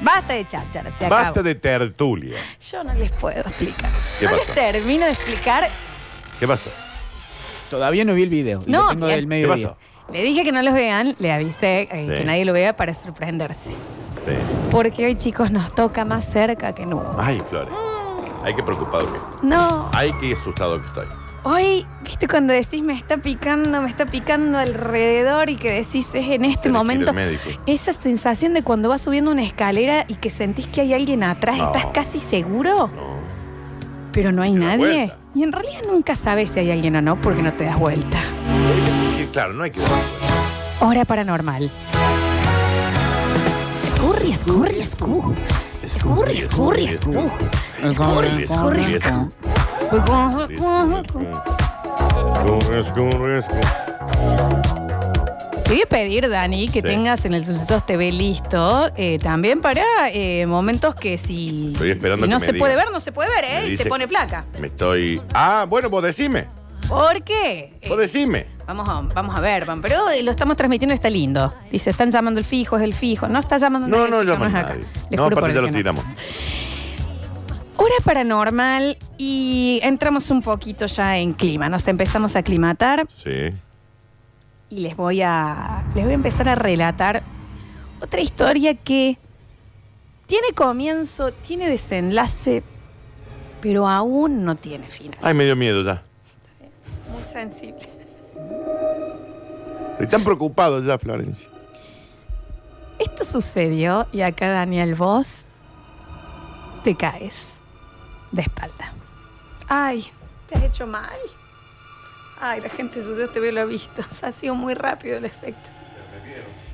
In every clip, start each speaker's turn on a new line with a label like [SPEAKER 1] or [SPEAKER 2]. [SPEAKER 1] Basta de cháchara, se acabó.
[SPEAKER 2] Basta de tertulia.
[SPEAKER 1] Yo no les puedo explicar.
[SPEAKER 2] ¿Qué
[SPEAKER 1] No les
[SPEAKER 2] pasó?
[SPEAKER 1] termino de explicar.
[SPEAKER 2] ¿Qué pasa?
[SPEAKER 3] Todavía no vi el video. y
[SPEAKER 1] No,
[SPEAKER 3] lo tengo
[SPEAKER 1] bien.
[SPEAKER 3] del
[SPEAKER 2] ¿Qué
[SPEAKER 3] mediodía.
[SPEAKER 2] pasó?
[SPEAKER 1] Le dije que no los vean, le avisé eh, que
[SPEAKER 2] Sí.
[SPEAKER 1] nadie lo vea para sorprenderse.
[SPEAKER 2] Sí.
[SPEAKER 1] Porque hoy, chicos, nos toca más cerca que nunca.
[SPEAKER 2] Ay, Flores. Hay que preocupado que estoy.
[SPEAKER 1] No,
[SPEAKER 2] Hay que asustado que estoy.
[SPEAKER 1] hoy, viste cuando decís me está picando, me está picando alrededor y que decís es en este
[SPEAKER 2] Tenés que ir
[SPEAKER 1] momento.
[SPEAKER 2] al médico.
[SPEAKER 1] Esa sensación de cuando vas subiendo una escalera y que sentís que hay alguien atrás,
[SPEAKER 2] No.
[SPEAKER 1] estás casi seguro,
[SPEAKER 2] No.
[SPEAKER 1] pero no hay
[SPEAKER 2] Te das
[SPEAKER 1] nadie.
[SPEAKER 2] vuelta.
[SPEAKER 1] Y en realidad nunca sabes si hay alguien o no porque no te das vuelta.
[SPEAKER 2] Sí, claro, no hay que dar
[SPEAKER 1] Hora paranormal. Escurri, escurri, escu. Escurri, escurri, escu. Escurri, escurri, escu. Te voy a pedir, Dani, que
[SPEAKER 2] Sí.
[SPEAKER 1] tengas en el Sucesos TV listo eh, también para eh, momentos que si,
[SPEAKER 2] Estoy esperando
[SPEAKER 1] si no
[SPEAKER 2] que me
[SPEAKER 1] se
[SPEAKER 2] diga.
[SPEAKER 1] puede ver, no se puede ver,
[SPEAKER 2] Me
[SPEAKER 1] ¿eh? Y se
[SPEAKER 2] dice-
[SPEAKER 1] pone placa.
[SPEAKER 2] Me estoy. Ah, bueno, vos decime.
[SPEAKER 1] ¿Por qué? Eh,
[SPEAKER 2] Vos decime.
[SPEAKER 1] Vamos a, vamos a ver, Van, pero eh, lo estamos transmitiendo y está lindo. Dice, están llamando el fijo, es el fijo. No está llamando
[SPEAKER 2] No,
[SPEAKER 1] nadie,
[SPEAKER 2] no
[SPEAKER 1] el fijo,
[SPEAKER 2] llaman
[SPEAKER 1] es
[SPEAKER 2] a
[SPEAKER 1] acá.
[SPEAKER 2] nadie.
[SPEAKER 1] Les
[SPEAKER 2] No,
[SPEAKER 1] juro por
[SPEAKER 2] aparte
[SPEAKER 1] el
[SPEAKER 2] ya lo
[SPEAKER 1] que no.
[SPEAKER 2] tiramos.
[SPEAKER 1] Hora paranormal y entramos un poquito ya en clima. Nos empezamos a aclimatar
[SPEAKER 2] Sí.
[SPEAKER 1] y les voy a. les voy a empezar a relatar otra historia que tiene comienzo, tiene desenlace, pero aún no tiene final.
[SPEAKER 2] Ay, me dio miedo ya.
[SPEAKER 1] Muy sensible.
[SPEAKER 2] Estoy tan preocupado ya, Florencia.
[SPEAKER 1] Esto sucedió y acá Daniel vos te caes de espalda. Ay, te has hecho mal. Ay, la gente de Sucesos TV lo ha visto. O sea, ha sido muy rápido el efecto.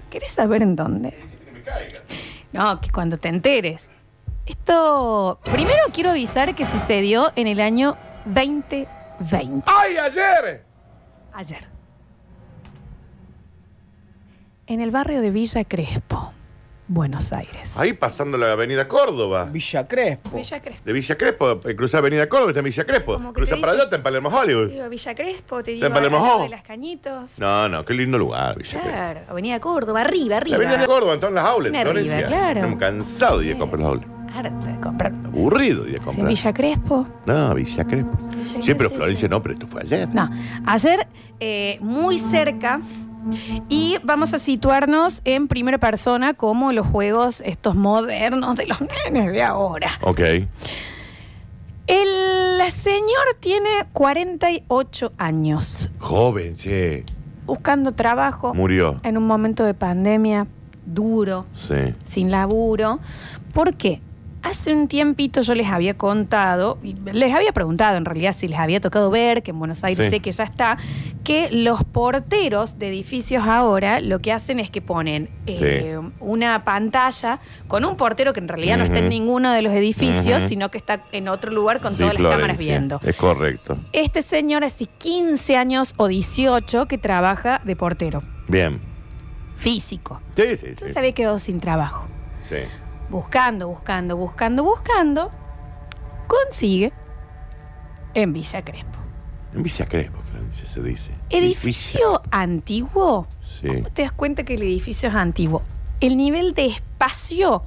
[SPEAKER 1] ¿Querés saber en dónde? No, que cuando te enteres. Esto, primero quiero avisar que sucedió en el año 2020,
[SPEAKER 2] ¡Ay, ayer!
[SPEAKER 1] ayer. En el barrio de Villa Crespo, Buenos Aires.
[SPEAKER 2] Ahí pasando la avenida Córdoba.
[SPEAKER 3] Villa Crespo.
[SPEAKER 1] Villa Crespo.
[SPEAKER 2] De Villa Crespo, eh, cruza Avenida Córdoba, está en Villa
[SPEAKER 1] Como
[SPEAKER 2] Crespo.
[SPEAKER 1] que te
[SPEAKER 2] Cruza para
[SPEAKER 1] dice-
[SPEAKER 2] allá, está en Palermo Hollywood.
[SPEAKER 1] Digo, Villa Crespo, te digo,
[SPEAKER 2] en Palermo?
[SPEAKER 1] al lado de las cañitos.
[SPEAKER 2] No, no, qué lindo lugar, Villa Crespo.
[SPEAKER 1] Claro, Avenida Córdoba, arriba,
[SPEAKER 2] La
[SPEAKER 1] arriba.
[SPEAKER 2] Avenida Córdoba, están las outlets,
[SPEAKER 1] Una
[SPEAKER 2] Florencia.
[SPEAKER 1] arriba, claro.
[SPEAKER 2] Estamos cansados de ir a comprar los outlets.
[SPEAKER 1] Harta de comprar.
[SPEAKER 2] Aburrido de ir a
[SPEAKER 1] Sí,
[SPEAKER 2] comprar.
[SPEAKER 1] Villa Crespo.
[SPEAKER 2] No, Villa Crespo.
[SPEAKER 1] Villa
[SPEAKER 2] Sí, pero
[SPEAKER 1] Crespo,
[SPEAKER 2] Florencia no, pero esto fue ayer.
[SPEAKER 1] No, ayer eh, muy cerca y vamos a situarnos en primera persona como los juegos estos modernos de los nenes de ahora.
[SPEAKER 2] Ok.
[SPEAKER 1] El señor tiene 48 años,
[SPEAKER 2] Joven, che.
[SPEAKER 1] buscando trabajo
[SPEAKER 2] Murió.
[SPEAKER 1] en un momento de pandemia duro.
[SPEAKER 2] Sí.
[SPEAKER 1] sin laburo. porque Hace un tiempito yo les había contado, y les había preguntado en realidad si les había tocado ver, que en Buenos Aires
[SPEAKER 2] Sí.
[SPEAKER 1] sé que ya está, que los porteros de edificios ahora lo que hacen es que ponen eh, una pantalla con un portero que en realidad no está en
[SPEAKER 2] Ujú.
[SPEAKER 1] ninguno de los edificios,
[SPEAKER 2] Ujú.
[SPEAKER 1] sino que está en otro lugar con
[SPEAKER 2] Sí,
[SPEAKER 1] todas las cámaras
[SPEAKER 2] Florencia,
[SPEAKER 1] viendo.
[SPEAKER 2] Es correcto.
[SPEAKER 1] Este señor hace 15 años o 18 que trabaja de portero,
[SPEAKER 2] Bien.
[SPEAKER 1] físico.
[SPEAKER 2] Sí, sí, sí.
[SPEAKER 1] Entonces se había quedado sin trabajo
[SPEAKER 2] Sí.
[SPEAKER 1] buscando, buscando, buscando, buscando, consigue en Villa Crespo.
[SPEAKER 2] En Villa Crespo, Florencia, se dice.
[SPEAKER 1] Edificio antiguo.
[SPEAKER 2] Sí.
[SPEAKER 1] ¿Cómo te das cuenta que el edificio es antiguo? El nivel de espacio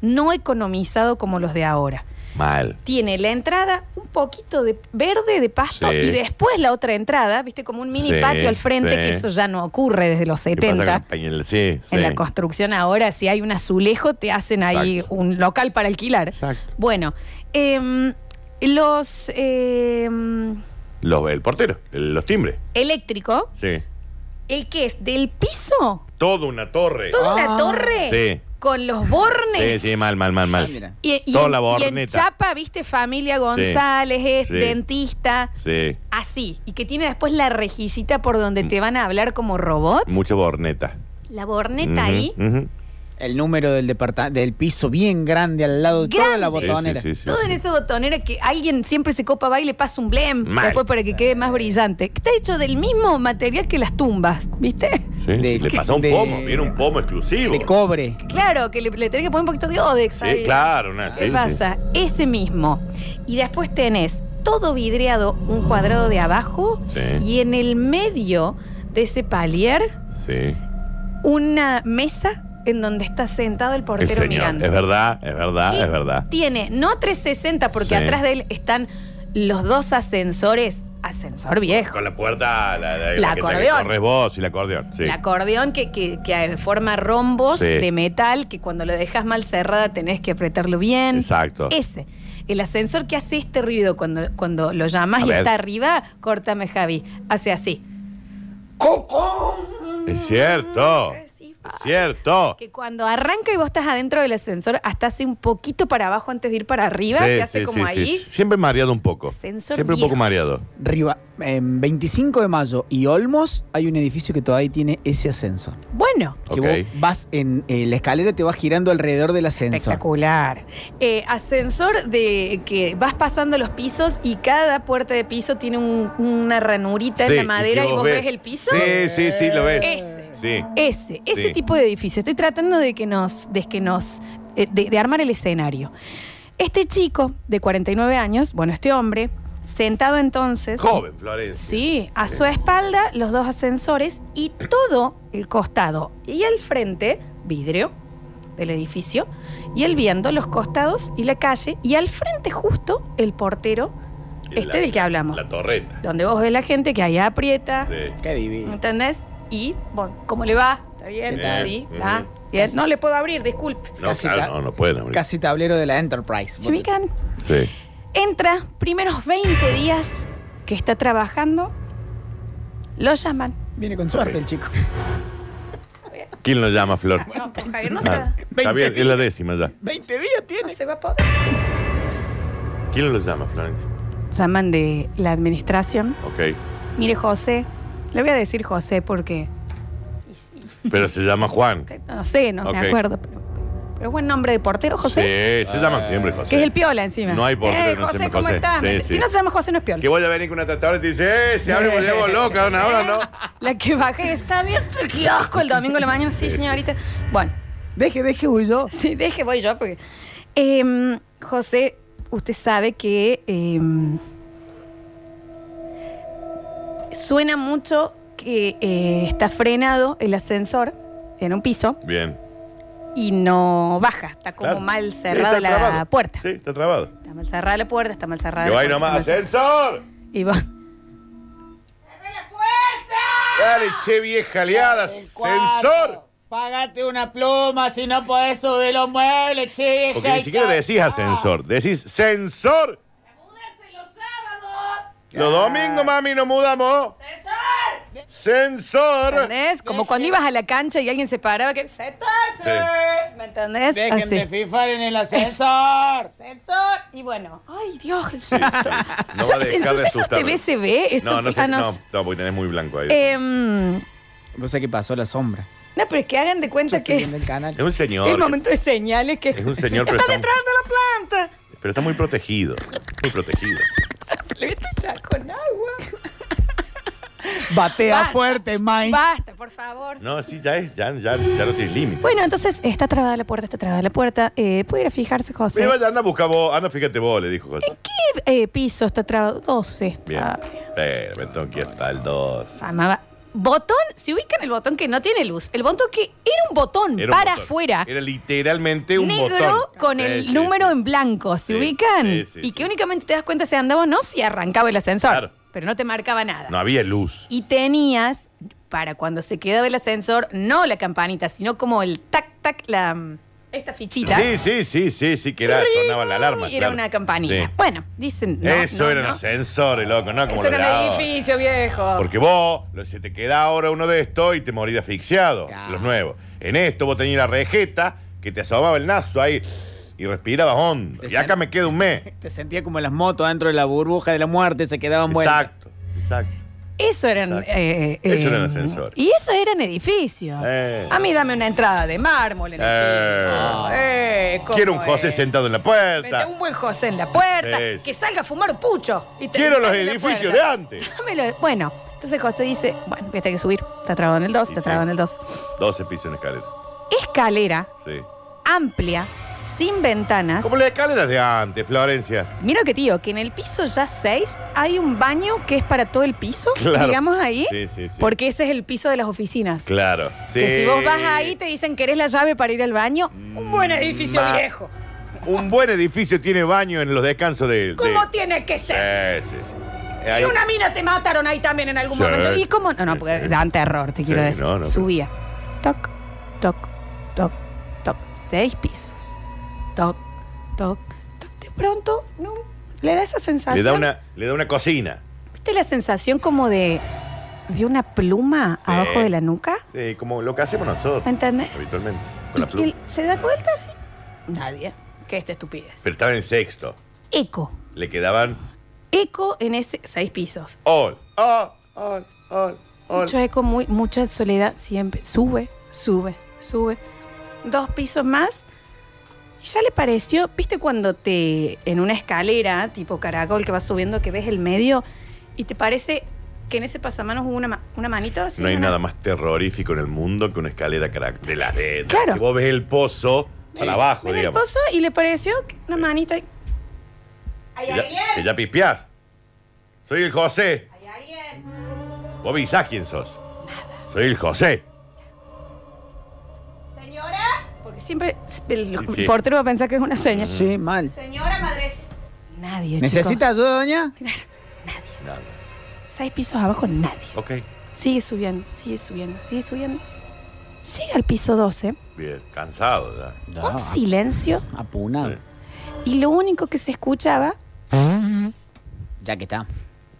[SPEAKER 1] no economizado como los de ahora.
[SPEAKER 2] Mal.
[SPEAKER 1] Tiene la entrada un poquito de verde de pasto
[SPEAKER 2] Sí.
[SPEAKER 1] y después la otra entrada, viste, como un mini
[SPEAKER 2] Sí,
[SPEAKER 1] patio al frente,
[SPEAKER 2] sí.
[SPEAKER 1] que eso ya no ocurre desde los
[SPEAKER 2] ¿Qué pasa
[SPEAKER 1] 70.
[SPEAKER 2] con Peñal- Sí, sí.
[SPEAKER 1] En la construcción ahora, si hay un azulejo, te hacen ahí
[SPEAKER 2] Exacto.
[SPEAKER 1] un local para alquilar.
[SPEAKER 2] Exacto.
[SPEAKER 1] Bueno, em, los em,
[SPEAKER 2] Los, el portero, el- los timbres.
[SPEAKER 1] eléctrico,
[SPEAKER 2] Sí.
[SPEAKER 1] el que es del piso,
[SPEAKER 2] Toda una torre.
[SPEAKER 1] toda una
[SPEAKER 3] Ah.
[SPEAKER 1] torre
[SPEAKER 2] Sí.
[SPEAKER 1] con los bornes.
[SPEAKER 2] Sí, sí, mal, mal, mal,
[SPEAKER 3] Ah, mira.
[SPEAKER 2] mal.
[SPEAKER 1] Y, y
[SPEAKER 2] Toda
[SPEAKER 1] en,
[SPEAKER 2] la
[SPEAKER 1] y en
[SPEAKER 2] borneta.
[SPEAKER 1] Chapa, viste, familia González, es
[SPEAKER 2] Sí.
[SPEAKER 1] dentista,
[SPEAKER 2] Sí.
[SPEAKER 1] así. Y que tiene después la rejillita por donde
[SPEAKER 2] Mm.
[SPEAKER 1] te van a hablar como robot.
[SPEAKER 2] Mucha borneta.
[SPEAKER 1] La borneta
[SPEAKER 2] Ujú,
[SPEAKER 1] ahí.
[SPEAKER 2] ujú.
[SPEAKER 3] El número del departa- del piso bien grande al lado de toda la
[SPEAKER 1] Grande.
[SPEAKER 3] botonera.
[SPEAKER 2] Sí, sí, sí, sí,
[SPEAKER 1] Todo en
[SPEAKER 2] sí.
[SPEAKER 1] esa botonera que alguien siempre se copa va y le pasa un blem
[SPEAKER 2] Mal.
[SPEAKER 1] después para que quede más brillante. Que Está hecho del mismo material que las tumbas, ¿viste?
[SPEAKER 2] Sí,
[SPEAKER 3] De-
[SPEAKER 2] sí, le
[SPEAKER 3] que-
[SPEAKER 2] pasó un
[SPEAKER 3] de-
[SPEAKER 2] pomo, viene un pomo exclusivo.
[SPEAKER 3] De cobre.
[SPEAKER 1] Claro, que le, le tenés que poner un poquito de Odex.
[SPEAKER 2] Sí,
[SPEAKER 1] ahí.
[SPEAKER 2] claro, una, sí,
[SPEAKER 1] ¿Qué
[SPEAKER 2] sí.
[SPEAKER 1] pasa? Ese mismo. Y después tenés todo vidriado, un cuadrado de abajo
[SPEAKER 2] Sí.
[SPEAKER 1] y en el medio de ese palier
[SPEAKER 2] Sí.
[SPEAKER 1] una mesa en donde está sentado el
[SPEAKER 2] El
[SPEAKER 1] portero
[SPEAKER 2] señor.
[SPEAKER 1] mirando.
[SPEAKER 2] Es verdad, es verdad,
[SPEAKER 1] Y
[SPEAKER 2] Ah, es verdad.
[SPEAKER 1] Tiene, no 360, porque
[SPEAKER 2] Sí.
[SPEAKER 1] atrás de él están los dos ascensores. Ascensor viejo.
[SPEAKER 2] Con la puerta,
[SPEAKER 1] La
[SPEAKER 2] la, la, la que- la que
[SPEAKER 1] acordeón.
[SPEAKER 2] corres vos y la acordeón. Sí.
[SPEAKER 1] El acordeón que, que- que forma rombos
[SPEAKER 2] Sí.
[SPEAKER 1] de metal que cuando lo dejas mal cerrada tenés que apretarlo bien.
[SPEAKER 2] Exacto.
[SPEAKER 1] Ese. El ascensor que hace este ruido cuando, cuando lo llamas
[SPEAKER 2] A
[SPEAKER 1] y
[SPEAKER 2] ver.
[SPEAKER 1] está arriba, córtame Javi. Hace así.
[SPEAKER 2] Es cierto. Es cierto.
[SPEAKER 1] Que cuando arranca y vos estás adentro del ascensor, hasta hace un poquito para abajo antes de ir para arriba,
[SPEAKER 2] Sí,
[SPEAKER 1] que hace
[SPEAKER 2] sí,
[SPEAKER 1] como
[SPEAKER 2] sí, sí.
[SPEAKER 1] ahí.
[SPEAKER 2] Siempre mareado un poco.
[SPEAKER 1] Ascensor
[SPEAKER 2] Siempre un poco
[SPEAKER 1] viejo.
[SPEAKER 2] mareado.
[SPEAKER 3] Riva- en 25 de mayo y Olmos hay un edificio que todavía tiene ese ascenso.
[SPEAKER 1] Bueno.
[SPEAKER 2] Ok.
[SPEAKER 3] Que vos vas en eh, la escalera te vas girando alrededor del ascenso.
[SPEAKER 1] Espectacular. Eh, ascensor de que vas pasando los pisos y cada puerta de piso tiene un- una ranurita en
[SPEAKER 2] Sí,
[SPEAKER 1] la
[SPEAKER 2] que
[SPEAKER 1] madera y vos ves, el piso.
[SPEAKER 2] Sí, sí, sí, lo ves.
[SPEAKER 1] Ese.
[SPEAKER 2] Sí.
[SPEAKER 1] Ese, ese
[SPEAKER 2] Sí.
[SPEAKER 1] tipo de edificio. Estoy tratando de que nos, de que nos, eh, de, de armar el escenario. Este chico de 49 años, bueno, este hombre, sentado entonces.
[SPEAKER 2] Joven, Florencia.
[SPEAKER 1] Sí, a su espalda los dos ascensores y todo el costado y el frente, vidrio del edificio, y él viendo los costados y la calle, y al frente justo el portero, este
[SPEAKER 2] La-
[SPEAKER 1] del que hablamos,
[SPEAKER 2] La torreta.
[SPEAKER 1] donde vos ves la gente que ahí aprieta,
[SPEAKER 2] Sí.
[SPEAKER 3] Qué divino.
[SPEAKER 1] ¿entendés? Y, bueno, ¿cómo le va? ¿Está bien?
[SPEAKER 3] Bien,
[SPEAKER 1] Sí,
[SPEAKER 2] bien.
[SPEAKER 1] ah, bien. No le puedo abrir, disculpe.
[SPEAKER 2] No,
[SPEAKER 3] Casi
[SPEAKER 2] claro,
[SPEAKER 3] ca-
[SPEAKER 2] no, no pueden abrir.
[SPEAKER 3] Casi tablero de la Enterprise.
[SPEAKER 1] ¿Se ubican?
[SPEAKER 2] Sí.
[SPEAKER 1] Entra, primeros 20 días que está trabajando, lo llaman.
[SPEAKER 3] Viene con suerte el chico.
[SPEAKER 2] ¿Quién lo llama, Flor?
[SPEAKER 1] No, pues, Javier, no
[SPEAKER 2] Ah,
[SPEAKER 1] se...
[SPEAKER 2] está bien, es la décima ya.
[SPEAKER 3] 20 días
[SPEAKER 1] No
[SPEAKER 3] tiene.
[SPEAKER 1] se va a poder.
[SPEAKER 2] ¿Quién lo llama, Florencia?
[SPEAKER 1] Llaman de la administración.
[SPEAKER 2] Ok.
[SPEAKER 1] Mire, José, le voy a decir José porque
[SPEAKER 2] Pero se llama Juan.
[SPEAKER 1] no sé, no
[SPEAKER 2] Ok.
[SPEAKER 1] me acuerdo. Pero, pero buen nombre de portero, José.
[SPEAKER 2] Sí, se llaman siempre José.
[SPEAKER 1] Que es el piola encima.
[SPEAKER 2] No hay portero
[SPEAKER 1] Eh,
[SPEAKER 2] que no se
[SPEAKER 1] José,
[SPEAKER 2] llame
[SPEAKER 1] ¿cómo
[SPEAKER 2] José.
[SPEAKER 1] estás?
[SPEAKER 2] Sí,
[SPEAKER 1] Me-
[SPEAKER 2] sí.
[SPEAKER 1] Si no se llama José, no es piola.
[SPEAKER 2] Que voy a venir con una tratadora y te dice, ¡eh! Se abre me llevo loca, una hora, ¿no?
[SPEAKER 1] La que bajé está bien el kiosco el domingo de la mañana. Sí, señorita. Bueno,
[SPEAKER 3] Deje, deje, voy yo.
[SPEAKER 1] sí, deje, voy yo porque. Em, José, usted sabe que em, suena mucho que eh, está frenado el ascensor en un piso.
[SPEAKER 2] Bien.
[SPEAKER 1] y no baja. Está como
[SPEAKER 2] claro.
[SPEAKER 1] mal
[SPEAKER 2] Sí,
[SPEAKER 1] cerrada
[SPEAKER 2] está
[SPEAKER 1] la
[SPEAKER 2] trabado.
[SPEAKER 1] puerta.
[SPEAKER 2] Sí, está trabado.
[SPEAKER 1] Está mal cerrada la puerta, está mal cerrada
[SPEAKER 2] Que
[SPEAKER 1] la
[SPEAKER 2] va ahí
[SPEAKER 1] puerta,
[SPEAKER 2] nomás,
[SPEAKER 1] está mal
[SPEAKER 2] ¡ascensor!
[SPEAKER 1] cerrada. Y va.
[SPEAKER 2] Dale, che, vieja liada, ascensor.
[SPEAKER 3] Págate una pluma si no podés subir los muebles, che.
[SPEAKER 2] Porque ni siquiera decís ascensor, decís sensor. Los domingos, mami, nos mudamos. ¡Sensor! ¡Sensor!
[SPEAKER 1] ¿Entendés? Como cuando ibas a la cancha y alguien se paraba que ¡Sensor! ¿Me entendés? Así.
[SPEAKER 3] fifar en el ascensor.
[SPEAKER 1] ¡Sensor! Y bueno. ¡Ay, Dios! El sensor.
[SPEAKER 2] No
[SPEAKER 1] Yo-
[SPEAKER 2] va
[SPEAKER 1] en
[SPEAKER 2] a dejar de
[SPEAKER 1] sucesos
[SPEAKER 2] asustarme.
[SPEAKER 1] TV se ve esto.
[SPEAKER 2] No, no
[SPEAKER 1] Ah,
[SPEAKER 2] sé, no,
[SPEAKER 1] sé.
[SPEAKER 2] no, porque tenés muy blanco ahí.
[SPEAKER 1] Em,
[SPEAKER 3] No sé qué pasó la sombra.
[SPEAKER 1] no, pero es que hagan de cuenta que
[SPEAKER 3] Estoy
[SPEAKER 1] es ¿Eh?
[SPEAKER 3] viendo el canal.
[SPEAKER 2] es un señor,
[SPEAKER 1] el momento de señales que
[SPEAKER 2] Es un señor, pero
[SPEAKER 1] está
[SPEAKER 2] está-
[SPEAKER 1] detrás de la planta.
[SPEAKER 2] pero está muy protegido. Muy protegido.
[SPEAKER 1] Se le voy a tirar con agua.
[SPEAKER 3] Batea
[SPEAKER 1] Basta.
[SPEAKER 3] fuerte, Mike.
[SPEAKER 1] Basta, por favor.
[SPEAKER 2] No, sí, ya es, ya, ya, ya no tienes límite.
[SPEAKER 1] Bueno, entonces está trabada la puerta, está trabada la puerta. Eh, ¿Pudiera fijarse, José?
[SPEAKER 2] Pero vaya, anda, busca vos, anda, fíjate vos, le dijo José.
[SPEAKER 1] ¿Qué eh, piso está trabado? Ah, 12. está.
[SPEAKER 2] Bien. Pero, entonces, aquí está el 2.
[SPEAKER 1] Llamaba. Botón, si ubican el botón que no tiene luz, el botón que era un botón para afuera,
[SPEAKER 2] Era literalmente un
[SPEAKER 1] negro
[SPEAKER 2] botón.
[SPEAKER 1] con
[SPEAKER 2] Sí,
[SPEAKER 1] el
[SPEAKER 2] sí,
[SPEAKER 1] número
[SPEAKER 2] sí.
[SPEAKER 1] en blanco, ¿se
[SPEAKER 2] Sí,
[SPEAKER 1] ubican?
[SPEAKER 2] sí, sí,
[SPEAKER 1] y que
[SPEAKER 2] sí.
[SPEAKER 1] únicamente te das cuenta si andaba o no, si arrancaba el ascensor,
[SPEAKER 2] Claro.
[SPEAKER 1] pero no te marcaba nada.
[SPEAKER 2] No había luz.
[SPEAKER 1] Y tenías, para cuando se quedaba el ascensor, no la campanita, sino como el tac-tac, la mm, esta fichita.
[SPEAKER 2] Sí, sí, sí, sí, sí, que era, sonaba la alarma.
[SPEAKER 1] Era
[SPEAKER 2] claro.
[SPEAKER 1] una campanita.
[SPEAKER 2] Sí.
[SPEAKER 1] Bueno, dicen. No,
[SPEAKER 2] Eso
[SPEAKER 1] no,
[SPEAKER 2] eran
[SPEAKER 1] no.
[SPEAKER 2] ascensores, loco, ¿no? Como
[SPEAKER 1] Eso
[SPEAKER 2] lo de
[SPEAKER 1] era un
[SPEAKER 2] ahora.
[SPEAKER 1] edificio viejo.
[SPEAKER 2] Porque vos, lo- se te queda ahora uno de estos y te morís de asfixiado,
[SPEAKER 3] Claro.
[SPEAKER 2] los nuevos. En esto vos tenías la rejeta que te asomaba el nazo ahí y respirabas hondo.
[SPEAKER 3] Te
[SPEAKER 2] Y acá
[SPEAKER 3] sen-
[SPEAKER 2] me queda un mes.
[SPEAKER 3] Te sentía como las motos dentro de la burbuja de la muerte, se quedaban buenas.
[SPEAKER 2] Exacto, exacto.
[SPEAKER 1] Eso eran.
[SPEAKER 2] Exacto.
[SPEAKER 1] eh, eh,
[SPEAKER 2] Eso eran ascensores.
[SPEAKER 1] Y eso eran edificios.
[SPEAKER 2] Eh.
[SPEAKER 1] A mí dame una entrada de mármol en el
[SPEAKER 2] Eh.
[SPEAKER 1] piso. Eh, ¿cómo
[SPEAKER 2] Quiero un José
[SPEAKER 1] es?
[SPEAKER 2] sentado en la puerta.
[SPEAKER 1] Mete un buen José en la puerta.
[SPEAKER 2] Sí, sí.
[SPEAKER 1] Que salga a fumar un pucho. y te-
[SPEAKER 2] Quiero los
[SPEAKER 1] en la
[SPEAKER 2] edificios
[SPEAKER 1] puerta.
[SPEAKER 2] de antes.
[SPEAKER 1] Dámelo. Bueno, entonces José dice: Bueno, voy a tener que subir. Está trabado en el 2,
[SPEAKER 2] Y
[SPEAKER 1] está
[SPEAKER 2] sí.
[SPEAKER 1] trabado en el 2.
[SPEAKER 2] 12 pisos en escalera.
[SPEAKER 1] Escalera
[SPEAKER 2] Sí.
[SPEAKER 1] amplia, sin ventanas.
[SPEAKER 2] Como las escaleras de antes, Florencia.
[SPEAKER 1] Mira que tío, que en el piso ya 6 hay un baño que es para todo el piso,
[SPEAKER 2] Claro.
[SPEAKER 1] digamos ahí,
[SPEAKER 2] Sí, sí, sí.
[SPEAKER 1] porque ese es el piso de las oficinas.
[SPEAKER 2] Claro. Sí.
[SPEAKER 1] Que si vos vas ahí te dicen que eres la llave para ir al baño, Mm, un buen edificio
[SPEAKER 2] Ma-
[SPEAKER 1] viejo.
[SPEAKER 2] Un buen edificio tiene baño en los descansos de. de-
[SPEAKER 1] ¿Cómo tiene que
[SPEAKER 2] Sí,
[SPEAKER 1] ser?
[SPEAKER 2] sí, sí.
[SPEAKER 1] Y
[SPEAKER 2] Ahí-
[SPEAKER 1] una mina te mataron ahí también en algún
[SPEAKER 2] Sí.
[SPEAKER 1] momento. ¿Y cómo? No, no,
[SPEAKER 2] Sí,
[SPEAKER 1] porque
[SPEAKER 2] sí.
[SPEAKER 1] dan terror, te quiero
[SPEAKER 2] Sí,
[SPEAKER 1] decir.
[SPEAKER 2] no, no,
[SPEAKER 1] Subía. Toc, toc, toc, toc. Seis pisos. Toc, toc, toc. De pronto, no. Le da esa sensación.
[SPEAKER 2] Le da, una, le da una cocina.
[SPEAKER 1] ¿Viste la sensación como de, de una pluma
[SPEAKER 2] Sí.
[SPEAKER 1] abajo de la nuca?
[SPEAKER 2] Sí, como lo que hacemos nosotros
[SPEAKER 1] ¿Me entendés?
[SPEAKER 2] habitualmente. Con la
[SPEAKER 1] Y
[SPEAKER 2] pluma.
[SPEAKER 1] él ¿Se da cuenta así? Nadie. Que esta estupidez.
[SPEAKER 2] Pero estaba en sexto.
[SPEAKER 1] Eco.
[SPEAKER 2] Le quedaban.
[SPEAKER 1] Eco en ese seis pisos.
[SPEAKER 2] All, all, all, all, all.
[SPEAKER 1] Mucho eco, muy, mucha soledad siempre. Sube, sube, sube. Dos pisos más. Y ya le pareció, viste cuando te, en una escalera, tipo caracol, que vas subiendo, que ves el medio, y te parece que en ese pasamanos hubo una, ma- una manito así.
[SPEAKER 2] no hay
[SPEAKER 1] una-
[SPEAKER 2] nada más terrorífico en el mundo que una escalera carac- de las de. de-
[SPEAKER 1] Claro.
[SPEAKER 2] Que vos ves el pozo para abajo,
[SPEAKER 1] Mira el
[SPEAKER 2] digamos.
[SPEAKER 1] pozo y le pareció que una
[SPEAKER 2] Sí.
[SPEAKER 1] manita. ahí.
[SPEAKER 2] Que ya, que ya pispeás. Soy el José. ¿Hay alguien? Vos avisás quién sos. Soy el José.
[SPEAKER 1] Porque siempre el
[SPEAKER 2] Sí.
[SPEAKER 1] portero va a pensar que es una seña.
[SPEAKER 3] Sí, mal.
[SPEAKER 1] Nadie.
[SPEAKER 3] ¿Necesita ayuda, doña?
[SPEAKER 2] Nada.
[SPEAKER 1] chicos. Seis pisos abajo, nadie.
[SPEAKER 2] Ok.
[SPEAKER 1] Sigue subiendo, sigue subiendo, sigue subiendo. Llega al piso 12,
[SPEAKER 2] Bien. Cansado Eh, ya.
[SPEAKER 3] Ah,
[SPEAKER 1] un silencio,
[SPEAKER 3] Apunado.
[SPEAKER 2] Sí.
[SPEAKER 1] y lo único que se escuchaba,
[SPEAKER 3] Ya que está.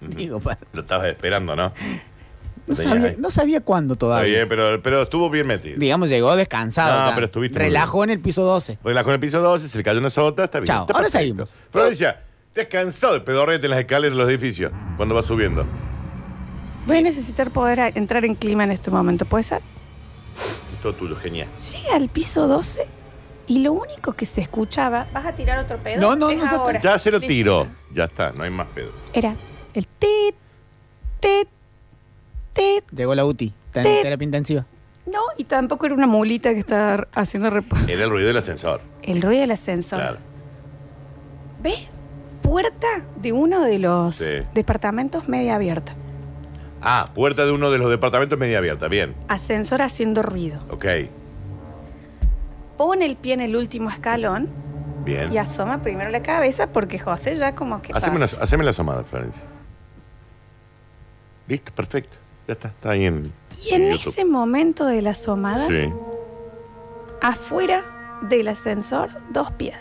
[SPEAKER 3] Digo, pa-
[SPEAKER 2] Lo estabas esperando, ¿no?
[SPEAKER 3] no
[SPEAKER 2] Tenía
[SPEAKER 3] sabía,
[SPEAKER 2] ahí.
[SPEAKER 3] no sabía cuándo
[SPEAKER 2] Está bien,
[SPEAKER 3] todavía.
[SPEAKER 2] pero, pero estuvo bien metido.
[SPEAKER 3] Digamos, llegó descansado.
[SPEAKER 2] Ah,
[SPEAKER 3] acá.
[SPEAKER 2] pero estuviste muy
[SPEAKER 3] Relajó en el piso 12.
[SPEAKER 2] Relajó en el piso 12, se le cayó una sota, está bien.
[SPEAKER 3] Chao.
[SPEAKER 2] Está
[SPEAKER 3] Ahora
[SPEAKER 2] perfecto.
[SPEAKER 3] seguimos.
[SPEAKER 2] Florencia, te has cansado de pedorrete en las escaleras de los edificios cuando vas subiendo.
[SPEAKER 1] voy a necesitar poder a- entrar en clima en este momento, ¿puede ser?
[SPEAKER 2] Es Todo tuyo, genial.
[SPEAKER 1] Llega al piso 12 y lo único que se escuchaba, ¿vas a tirar otro pedo?
[SPEAKER 3] No, no,
[SPEAKER 1] Es
[SPEAKER 3] no, ya está.
[SPEAKER 1] ahora.
[SPEAKER 2] Ya se lo
[SPEAKER 1] Listo.
[SPEAKER 2] tiro. Ya está, no hay más pedo.
[SPEAKER 1] Era el tit, tit, tit,
[SPEAKER 3] Llegó la UTI. Está
[SPEAKER 1] Te-
[SPEAKER 3] en terapia intensiva.
[SPEAKER 1] no, y tampoco era una mulita que estaba haciendo reposo.
[SPEAKER 2] Era el ruido del ascensor.
[SPEAKER 1] El ruido del ascensor.
[SPEAKER 2] Claro.
[SPEAKER 1] ¿Ves? Puerta de uno de los
[SPEAKER 2] Sí.
[SPEAKER 1] departamentos media abierta.
[SPEAKER 2] Ah, puerta de uno de los departamentos media abierta. Bien.
[SPEAKER 1] Ascensor haciendo ruido.
[SPEAKER 2] Ok.
[SPEAKER 1] Pone el pie en el último escalón
[SPEAKER 2] Bien.
[SPEAKER 1] y asoma primero la cabeza porque José ya como que...
[SPEAKER 2] Haceme, una,
[SPEAKER 1] pasa.
[SPEAKER 2] haceme la asomada, Florencia. Listo, perfecto. Ya está, está ahí en.
[SPEAKER 1] Y en
[SPEAKER 2] YouTube.
[SPEAKER 1] ese momento de la asomada,
[SPEAKER 2] Sí.
[SPEAKER 1] afuera del ascensor, dos pies.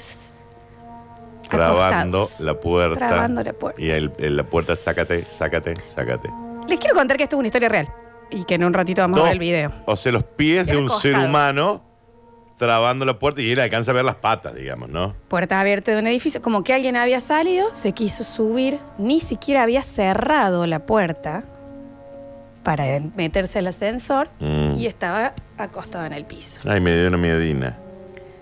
[SPEAKER 2] Trabando
[SPEAKER 1] Acostados.
[SPEAKER 2] la puerta.
[SPEAKER 1] Trabando la puerta.
[SPEAKER 2] Y el- el- la puerta, sácate, sácate, sácate.
[SPEAKER 1] Les quiero contar que esto es una historia real y que en un ratito vamos a ver el video.
[SPEAKER 2] O sea, los pies de
[SPEAKER 1] Eran
[SPEAKER 2] un ser
[SPEAKER 1] costados.
[SPEAKER 2] humano trabando la puerta y él alcanza a ver las patas, digamos, ¿no?
[SPEAKER 1] Puerta abierta de un edificio, como que alguien había salido, se quiso subir, ni siquiera había cerrado la puerta para meterse al ascensor
[SPEAKER 2] Mm.
[SPEAKER 1] y estaba acostado en el piso.
[SPEAKER 2] Ay, me dio una miedina.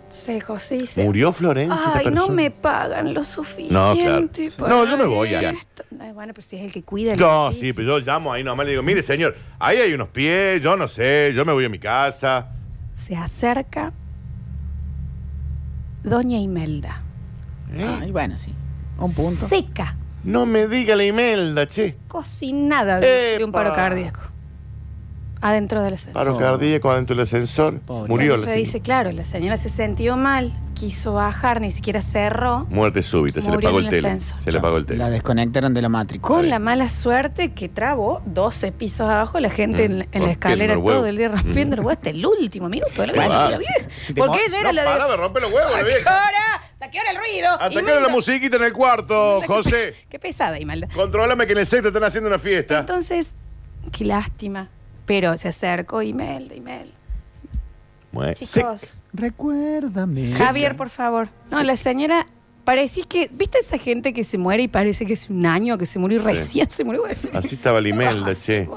[SPEAKER 1] Entonces José dice,
[SPEAKER 2] ¿Murió Florencia? esta
[SPEAKER 1] Ay, no
[SPEAKER 2] persona?
[SPEAKER 1] me pagan lo suficiente.
[SPEAKER 2] No, claro.
[SPEAKER 1] para
[SPEAKER 2] No, yo me voy a-
[SPEAKER 1] esto. Ay, bueno, pero si es el que cuida el
[SPEAKER 2] No, sí,
[SPEAKER 1] edificio.
[SPEAKER 2] pero yo llamo ahí nomás y le digo, mire, señor, ahí hay unos pies, yo no sé, yo me voy a mi casa.
[SPEAKER 1] Se acerca Doña Imelda.
[SPEAKER 2] ¿Eh?
[SPEAKER 1] Ah,
[SPEAKER 3] Ay, bueno, sí. Un punto.
[SPEAKER 1] Seca,
[SPEAKER 2] No me diga la Imelda, che.
[SPEAKER 1] cocinada de, de un
[SPEAKER 2] Epa.
[SPEAKER 1] paro cardíaco. Adentro del ascensor.
[SPEAKER 2] Paro
[SPEAKER 3] Eso.
[SPEAKER 2] cardíaco adentro del ascensor.
[SPEAKER 3] Pobre.
[SPEAKER 2] Murió la
[SPEAKER 1] Ella dice,
[SPEAKER 2] señora.
[SPEAKER 1] claro, la señora se sintió mal, quiso bajar, ni siquiera cerró.
[SPEAKER 2] Muerte súbita, se le
[SPEAKER 1] Murió
[SPEAKER 2] apagó
[SPEAKER 1] en
[SPEAKER 2] el
[SPEAKER 1] el
[SPEAKER 2] tele.
[SPEAKER 1] ascensor.
[SPEAKER 2] Se le apagó el
[SPEAKER 3] La
[SPEAKER 2] tele.
[SPEAKER 3] desconectaron de la Matrix.
[SPEAKER 1] Con la mala suerte que trabó 12 pisos abajo, la gente en,
[SPEAKER 2] Mm.
[SPEAKER 1] en
[SPEAKER 2] Rompiendo
[SPEAKER 1] la escalera
[SPEAKER 2] el huevo.
[SPEAKER 1] todo el día rompiendo el huevo hasta el último minuto de la
[SPEAKER 2] Bueno,
[SPEAKER 1] mañana,
[SPEAKER 3] si-
[SPEAKER 1] vieja.
[SPEAKER 3] si te
[SPEAKER 1] Porque
[SPEAKER 3] mo-
[SPEAKER 1] ella era
[SPEAKER 2] No,
[SPEAKER 1] la de.
[SPEAKER 2] para de romper los huevos, la
[SPEAKER 1] ¿A qué
[SPEAKER 2] vieja.
[SPEAKER 1] hora? ¿Hasta qué hora el ruido?
[SPEAKER 2] Hasta que
[SPEAKER 1] Imelda.
[SPEAKER 2] era la musiquita en el cuarto, José.
[SPEAKER 1] Qué pesada, Imelda.
[SPEAKER 2] Controlame que en el sexto están haciendo una fiesta.
[SPEAKER 1] Entonces, qué lástima. Pero se acercó Imelda, Imelda.
[SPEAKER 2] Mue-
[SPEAKER 1] Chicos,
[SPEAKER 3] Recuérdame.
[SPEAKER 1] Javier, por favor. No, la señora. Parecís que. ¿Viste esa gente que se muere y parece que es un año que se murió y recién se murió?
[SPEAKER 2] Así estaba la Imelda, che.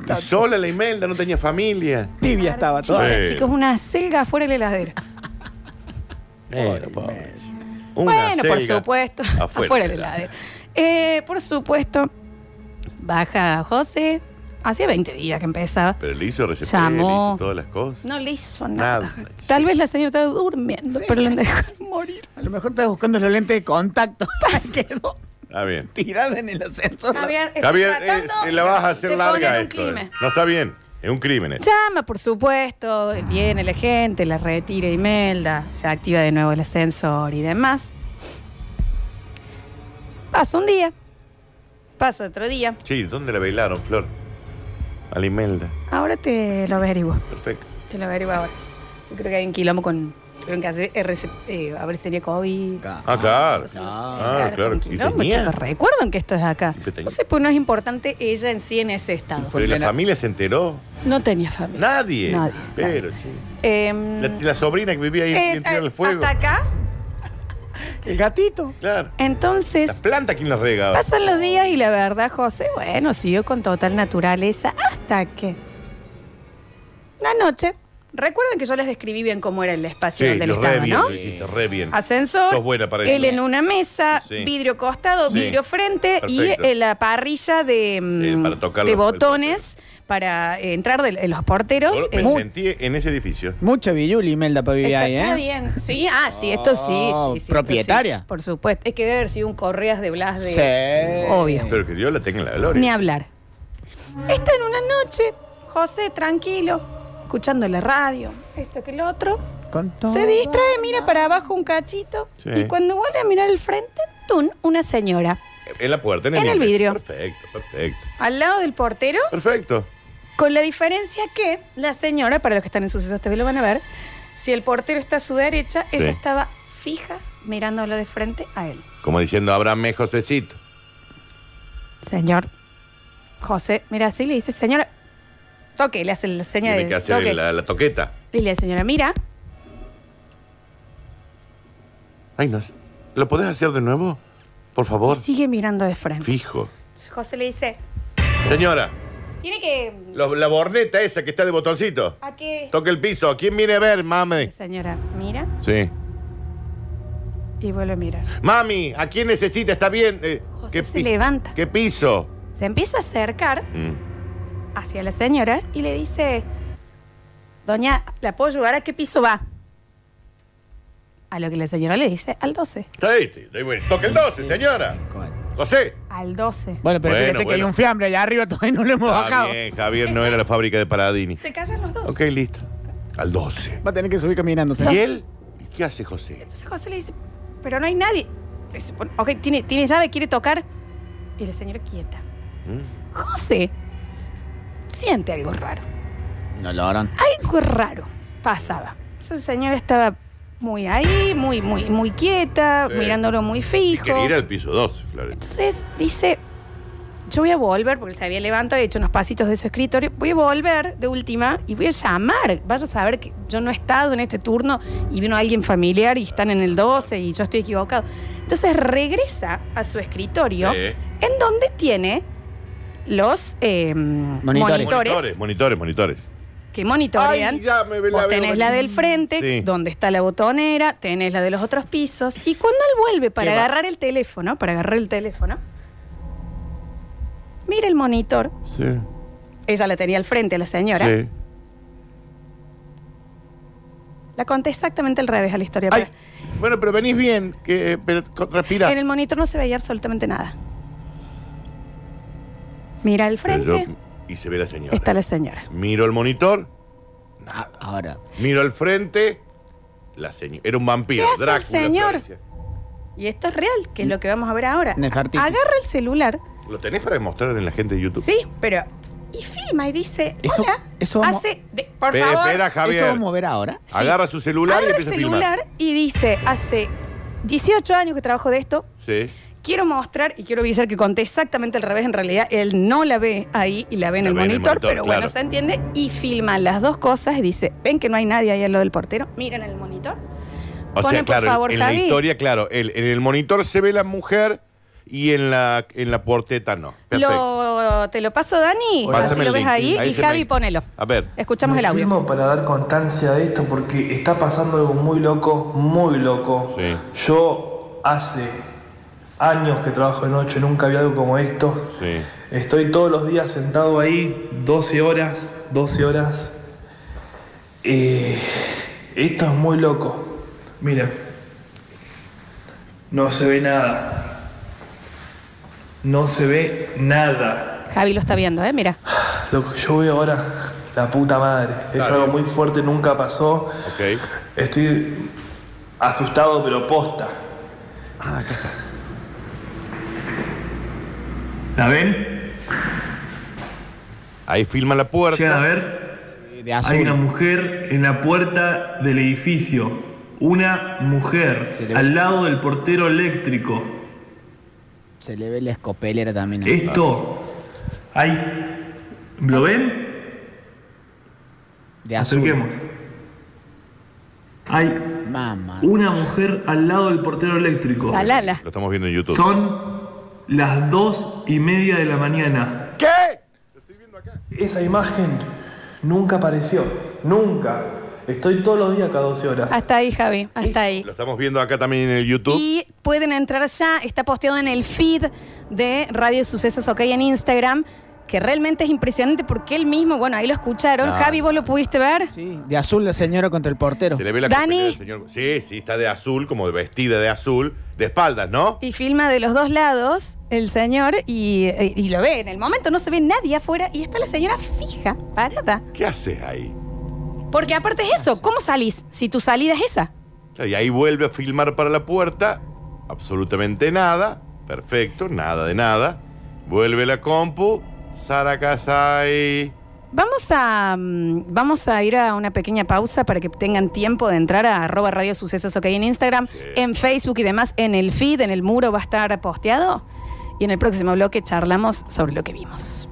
[SPEAKER 2] Está Sola la Imelda, no tenía familia.
[SPEAKER 3] Tibia estaba
[SPEAKER 1] Chicos,
[SPEAKER 3] toda.
[SPEAKER 2] Sí.
[SPEAKER 1] chicos, una selga afuera de la heladera.
[SPEAKER 2] Era pobre. Eh, Una
[SPEAKER 1] Bueno, por
[SPEAKER 2] selga.
[SPEAKER 1] supuesto.
[SPEAKER 2] afuera
[SPEAKER 1] Afuera,
[SPEAKER 2] de
[SPEAKER 1] de
[SPEAKER 2] la
[SPEAKER 1] la heladera. Eh, por supuesto, baja José, Hacía 20 días que empezaba.
[SPEAKER 2] Pero le hizo receptor,
[SPEAKER 1] Llamó.
[SPEAKER 2] le hizo todas las cosas.
[SPEAKER 1] No le hizo nada.
[SPEAKER 2] Nada.
[SPEAKER 1] Tal vez la señora estaba durmiendo, pero la dejaron morir.
[SPEAKER 3] A lo mejor estás buscando los lentes de contacto. Quedó
[SPEAKER 2] Está bien.
[SPEAKER 3] tirada en el ascensor.
[SPEAKER 1] estoy
[SPEAKER 2] Javier, eh,
[SPEAKER 1] tratando
[SPEAKER 2] eh, la vas a hacer
[SPEAKER 1] de poner
[SPEAKER 2] larga
[SPEAKER 1] un
[SPEAKER 2] esto.
[SPEAKER 1] clima.
[SPEAKER 2] eh. No está bien. Es un crimen esto.
[SPEAKER 1] Llama, por supuesto, viene la gente, la retira Imelda, se activa de nuevo el ascensor y demás. Pasa un día, pasa otro día,
[SPEAKER 2] Sí, ¿dónde la bailaron, Flor? A la Imelda.
[SPEAKER 1] ahora te lo averiguo,
[SPEAKER 2] Perfecto.
[SPEAKER 1] te lo averiguo ahora. Yo creo que hay un quilombo con... Tuvieron que hacer RC, eh, a ver si tenía COVID.
[SPEAKER 2] Ah, claro.
[SPEAKER 1] Entonces, no sé,
[SPEAKER 2] Ah,
[SPEAKER 1] ahora
[SPEAKER 2] claro.
[SPEAKER 1] está un
[SPEAKER 2] Y
[SPEAKER 1] quilombo,
[SPEAKER 2] tenía-
[SPEAKER 1] chicos, recuerden que esto es acá.
[SPEAKER 2] Y que
[SPEAKER 1] No
[SPEAKER 2] tenía-
[SPEAKER 1] sé, pues no es importante ella en sí en ese estado.
[SPEAKER 2] Pero la familia se enteró.
[SPEAKER 1] No tenía familia.
[SPEAKER 2] Nadie.
[SPEAKER 1] Nadie,
[SPEAKER 2] Pero, sí.
[SPEAKER 1] Em,
[SPEAKER 2] La, la sobrina que vivía ahí
[SPEAKER 1] eh,
[SPEAKER 2] en Tierra
[SPEAKER 1] eh,
[SPEAKER 2] del Fuego.
[SPEAKER 1] Hasta acá.
[SPEAKER 3] El gatito.
[SPEAKER 2] Claro.
[SPEAKER 1] Entonces...
[SPEAKER 2] Las plantas, ¿quién las regaba?
[SPEAKER 1] Pasan los días y la verdad, José, bueno, siguió con total naturaleza hasta que. La noche. Recuerden que yo les describí bien cómo era el espacio
[SPEAKER 2] Sí,
[SPEAKER 1] donde él
[SPEAKER 2] lo re
[SPEAKER 1] estaba,
[SPEAKER 2] bien,
[SPEAKER 1] ¿no?
[SPEAKER 2] lo hiciste re bien.
[SPEAKER 1] Ascensor,
[SPEAKER 2] Sos buena para eso.
[SPEAKER 1] él en una mesa,
[SPEAKER 2] Sí.
[SPEAKER 1] vidrio costado,
[SPEAKER 2] Sí.
[SPEAKER 1] vidrio frente
[SPEAKER 2] Perfecto.
[SPEAKER 1] y eh, la parrilla de, mm,
[SPEAKER 2] Eh, para tocar
[SPEAKER 1] de
[SPEAKER 2] los- el
[SPEAKER 1] botones para eh, entrar de, de los porteros.
[SPEAKER 2] Yo
[SPEAKER 1] Eh,
[SPEAKER 2] me sentí en ese edificio.
[SPEAKER 3] Mucha Villuli, Imelda, para vivir
[SPEAKER 1] Está,
[SPEAKER 3] ahí,
[SPEAKER 1] está
[SPEAKER 3] ¿eh?
[SPEAKER 1] bien. Sí, ah, sí, esto sí.
[SPEAKER 3] Oh,
[SPEAKER 1] sí, sí, esto sí,
[SPEAKER 3] propietaria.
[SPEAKER 1] por supuesto. Es que debe haber sido un Correas de Blas de.
[SPEAKER 3] Sí.
[SPEAKER 1] Obvio.
[SPEAKER 2] Pero que Dios la tenga en la gloria.
[SPEAKER 1] Ni hablar. Está en una noche, José tranquilo, escuchando la radio, esto que el otro.
[SPEAKER 3] Con todo.
[SPEAKER 1] Se distrae, mira para abajo un cachito.
[SPEAKER 2] Sí.
[SPEAKER 1] Y cuando vuelve a mirar el frente, tun, una señora.
[SPEAKER 2] En la puerta, en el,
[SPEAKER 1] En el vidrio.
[SPEAKER 2] vidrio. Perfecto, perfecto.
[SPEAKER 1] Al lado del portero,
[SPEAKER 2] Perfecto.
[SPEAKER 1] con la diferencia que la señora, para los que están en sucesos TV lo van a ver, si el portero está a su derecha, ella
[SPEAKER 2] Sí.
[SPEAKER 1] estaba fija mirándolo de frente a él.
[SPEAKER 2] Como diciendo, ábrame, Josecito.
[SPEAKER 1] Señor. José, mira así, le dice, señora, toque, le hace la señal
[SPEAKER 2] Tiene que
[SPEAKER 1] de
[SPEAKER 2] hacer
[SPEAKER 1] toque.
[SPEAKER 2] la, la toqueta.
[SPEAKER 1] Y le dice, señora, mira,
[SPEAKER 2] Ay, no. sé. ¿Lo podés hacer de nuevo? Por
[SPEAKER 1] Y
[SPEAKER 2] favor.
[SPEAKER 1] sigue mirando de frente.
[SPEAKER 2] Fijo.
[SPEAKER 1] José le dice,
[SPEAKER 2] Señora,
[SPEAKER 1] tiene que...
[SPEAKER 2] lo- la borneta esa que está de botoncito.
[SPEAKER 1] ¿A qué?
[SPEAKER 2] Toque el piso. ¿Quién viene a ver, mami?
[SPEAKER 1] Señora, mira
[SPEAKER 2] Sí.
[SPEAKER 1] y vuelve a mirar.
[SPEAKER 2] Mami, ¿a quién necesita? ¿Está bien? Eh,
[SPEAKER 1] José
[SPEAKER 2] ¿qué
[SPEAKER 1] se
[SPEAKER 2] pi-
[SPEAKER 1] levanta.
[SPEAKER 2] ¿Qué piso?
[SPEAKER 1] Se empieza a acercar
[SPEAKER 2] Mm.
[SPEAKER 1] hacia la señora y le dice, doña, ¿la puedo ayudar? ¿A qué piso va? A lo que la señora le dice, al 12.
[SPEAKER 2] Está ahí, está ahí, bueno. Toque el 12, señora. José.
[SPEAKER 1] Al 12.
[SPEAKER 3] Bueno, pero
[SPEAKER 2] Bueno,
[SPEAKER 3] fíjese que
[SPEAKER 2] bueno.
[SPEAKER 3] hay un fiambre allá arriba, todavía no lo hemos
[SPEAKER 2] Está
[SPEAKER 3] bajado.
[SPEAKER 2] bien, Javier, no era la fábrica de Paradini.
[SPEAKER 1] Se callan los dos.
[SPEAKER 2] Ok, listo. Al 12.
[SPEAKER 3] Va a tener que subir caminando,
[SPEAKER 2] ¿Y
[SPEAKER 3] señor.
[SPEAKER 2] él? ¿Qué hace José?
[SPEAKER 1] Entonces José le dice, pero no hay nadie. Le dice, "Bueno, ok, ¿tiene, tiene llave, quiere tocar. Y la señora quieta.
[SPEAKER 2] Mm.
[SPEAKER 1] José siente algo raro.
[SPEAKER 3] No lo harán.
[SPEAKER 1] Algo raro pasaba. Esa señora estaba muy ahí, muy, muy, muy quieta,
[SPEAKER 2] Sí.
[SPEAKER 1] mirándolo muy fijo.
[SPEAKER 2] Quería ir al piso 12, Florencia.
[SPEAKER 1] Entonces dice, yo voy a volver, porque se había levantado, y hecho unos pasitos de su escritorio, voy a volver de última y voy a llamar. Vaya a saber que yo no he estado en este turno y vino alguien familiar y están en el 12 y yo estoy equivocado. Entonces regresa a su escritorio,
[SPEAKER 2] Sí.
[SPEAKER 1] en donde tiene los eh,
[SPEAKER 3] Monitores.
[SPEAKER 1] monitores
[SPEAKER 2] Monitores, monitores, monitores.
[SPEAKER 1] que monitorean.
[SPEAKER 2] Ay, ya me ve- Pues la
[SPEAKER 1] Vos
[SPEAKER 2] veo
[SPEAKER 1] tenés
[SPEAKER 2] ahí.
[SPEAKER 1] la del frente,
[SPEAKER 2] Sí.
[SPEAKER 1] donde está la botonera, tenés la de los otros pisos. Y cuando él vuelve para
[SPEAKER 3] Qué va-
[SPEAKER 1] agarrar el teléfono, para agarrar el teléfono, mira el monitor.
[SPEAKER 2] Sí.
[SPEAKER 1] Ella la tenía al frente, la señora.
[SPEAKER 2] Sí.
[SPEAKER 1] La conté exactamente al revés a la historia.
[SPEAKER 2] Ay, bueno, pero venís bien, que, eh, pero co- respira.
[SPEAKER 1] En el monitor no se veía absolutamente nada. Mira al
[SPEAKER 2] Pero yo-
[SPEAKER 1] frente,
[SPEAKER 2] y se ve la señora.
[SPEAKER 1] está la señora.
[SPEAKER 2] Miro el monitor,
[SPEAKER 3] Ah, Ahora.
[SPEAKER 2] miro al frente, la señora. Era un vampiro,
[SPEAKER 1] ¿Qué hace el
[SPEAKER 2] Drácula.
[SPEAKER 1] señor?
[SPEAKER 2] Florencia.
[SPEAKER 1] Y esto es real, que es lo que vamos a ver ahora.
[SPEAKER 3] Nefertiti.
[SPEAKER 1] Agarra el celular,
[SPEAKER 2] ¿Lo tenés para mostrar en la gente de YouTube?
[SPEAKER 1] sí, pero... Y filma y dice,
[SPEAKER 3] Eso-
[SPEAKER 1] hola,
[SPEAKER 3] eso vamos-
[SPEAKER 1] hace... de- por
[SPEAKER 2] Espera,
[SPEAKER 1] favor,
[SPEAKER 2] espera,
[SPEAKER 3] ¿Eso
[SPEAKER 2] Javier.
[SPEAKER 3] vamos a ver ahora?
[SPEAKER 1] Sí.
[SPEAKER 2] Agarra su celular y
[SPEAKER 1] Abre el
[SPEAKER 2] empieza a
[SPEAKER 1] celular
[SPEAKER 2] filmar.
[SPEAKER 1] y dice, hace 18 años que trabajo de esto,
[SPEAKER 2] Sí.
[SPEAKER 1] quiero mostrar y quiero avisar que conté exactamente al revés, en realidad él no la ve ahí y la ve en,
[SPEAKER 2] La
[SPEAKER 1] el,
[SPEAKER 2] ve
[SPEAKER 1] monitor,
[SPEAKER 2] en el monitor,
[SPEAKER 1] pero bueno,
[SPEAKER 2] claro.
[SPEAKER 1] se entiende, y filma las dos cosas y dice, ven que no hay nadie ahí al lado del portero, miren el monitor.
[SPEAKER 2] O
[SPEAKER 1] Pone,
[SPEAKER 2] sea,
[SPEAKER 1] por
[SPEAKER 2] claro,
[SPEAKER 1] favor,
[SPEAKER 2] en la
[SPEAKER 1] Javi.
[SPEAKER 2] historia, claro, el- en el monitor se ve la mujer y en la, en la porteta no. Perfecto.
[SPEAKER 1] Lo, te lo paso, Dani, así
[SPEAKER 2] Pásame
[SPEAKER 1] lo
[SPEAKER 2] el
[SPEAKER 1] ves
[SPEAKER 2] link.
[SPEAKER 1] ahí, y
[SPEAKER 2] se
[SPEAKER 1] Javi,
[SPEAKER 2] me-
[SPEAKER 1] ponelo.
[SPEAKER 2] A ver.
[SPEAKER 1] Escuchamos
[SPEAKER 4] Me
[SPEAKER 1] el audio.
[SPEAKER 4] filmo para dar constancia de esto porque está pasando algo muy loco, muy loco.
[SPEAKER 2] Sí.
[SPEAKER 4] Yo hace años que trabajo de noche, nunca vi algo como esto.
[SPEAKER 2] Sí.
[SPEAKER 4] Estoy todos los días sentado ahí, 12 horas, 12 horas. Eh, esto es muy loco. Miren, no se ve nada. No se ve nada.
[SPEAKER 1] Javi lo está viendo, ¿eh? Mira.
[SPEAKER 4] Lo que yo veo ahora, la puta madre. Es
[SPEAKER 2] Claro.
[SPEAKER 4] algo muy fuerte, nunca pasó.
[SPEAKER 2] Ok.
[SPEAKER 4] Estoy asustado, pero posta.
[SPEAKER 3] Ah,
[SPEAKER 4] ¿La ven?
[SPEAKER 2] Ahí filma la
[SPEAKER 4] ¿Llegan a
[SPEAKER 2] puerta.
[SPEAKER 4] ver?
[SPEAKER 3] De
[SPEAKER 4] Hay una
[SPEAKER 3] azul.
[SPEAKER 4] mujer en la puerta del edificio. Una mujer
[SPEAKER 3] Se le-
[SPEAKER 4] al lado del portero eléctrico.
[SPEAKER 3] Se le ve la escopelera también. ahí.
[SPEAKER 4] Esto. Hay. ¿Lo ven?
[SPEAKER 3] De azul.
[SPEAKER 4] Acerquemos. Hay
[SPEAKER 3] Mamá.
[SPEAKER 4] una mujer al lado del portero eléctrico.
[SPEAKER 1] La Lala.
[SPEAKER 2] Lo estamos viendo en YouTube.
[SPEAKER 4] Son las dos y media de la mañana.
[SPEAKER 2] ¿Qué?
[SPEAKER 4] Esa imagen nunca apareció. Nunca. Estoy todos los días cada 12 horas.
[SPEAKER 1] Hasta ahí, Javi. Hasta ahí.
[SPEAKER 2] Lo estamos viendo acá también en el YouTube.
[SPEAKER 1] Y pueden entrar ya, está posteado en el feed de Radio Sucesos OK en Instagram, que realmente es impresionante porque él mismo, bueno, ahí lo escucharon.
[SPEAKER 2] Ah.
[SPEAKER 1] Javi, ¿vos lo pudiste ver?
[SPEAKER 3] Sí, de azul la señora contra el portero.
[SPEAKER 2] Se le ve la
[SPEAKER 1] Dani.
[SPEAKER 2] copelera del señor. Sí, sí, está de azul, como de vestida de azul, de espaldas, ¿no?
[SPEAKER 1] Y filma de los dos lados el señor y, y lo ve. En el momento no se ve nadie afuera y está la señora fija, parada.
[SPEAKER 2] ¿Qué haces ahí?
[SPEAKER 1] Porque aparte es eso, ¿cómo salís si tu salida es esa?
[SPEAKER 2] Claro, Y ahí vuelve a filmar para la puerta. Absolutamente nada. Perfecto, nada de nada. Vuelve la compu. Sara Casay.
[SPEAKER 1] Vamos a, mm, vamos a ir a una pequeña pausa para que tengan tiempo de entrar a arroba Radio Sucesos OK en Instagram,
[SPEAKER 2] Sí.
[SPEAKER 1] en Facebook y demás, en el feed, en el muro va a estar posteado. Y en el próximo bloque charlamos sobre lo que vimos.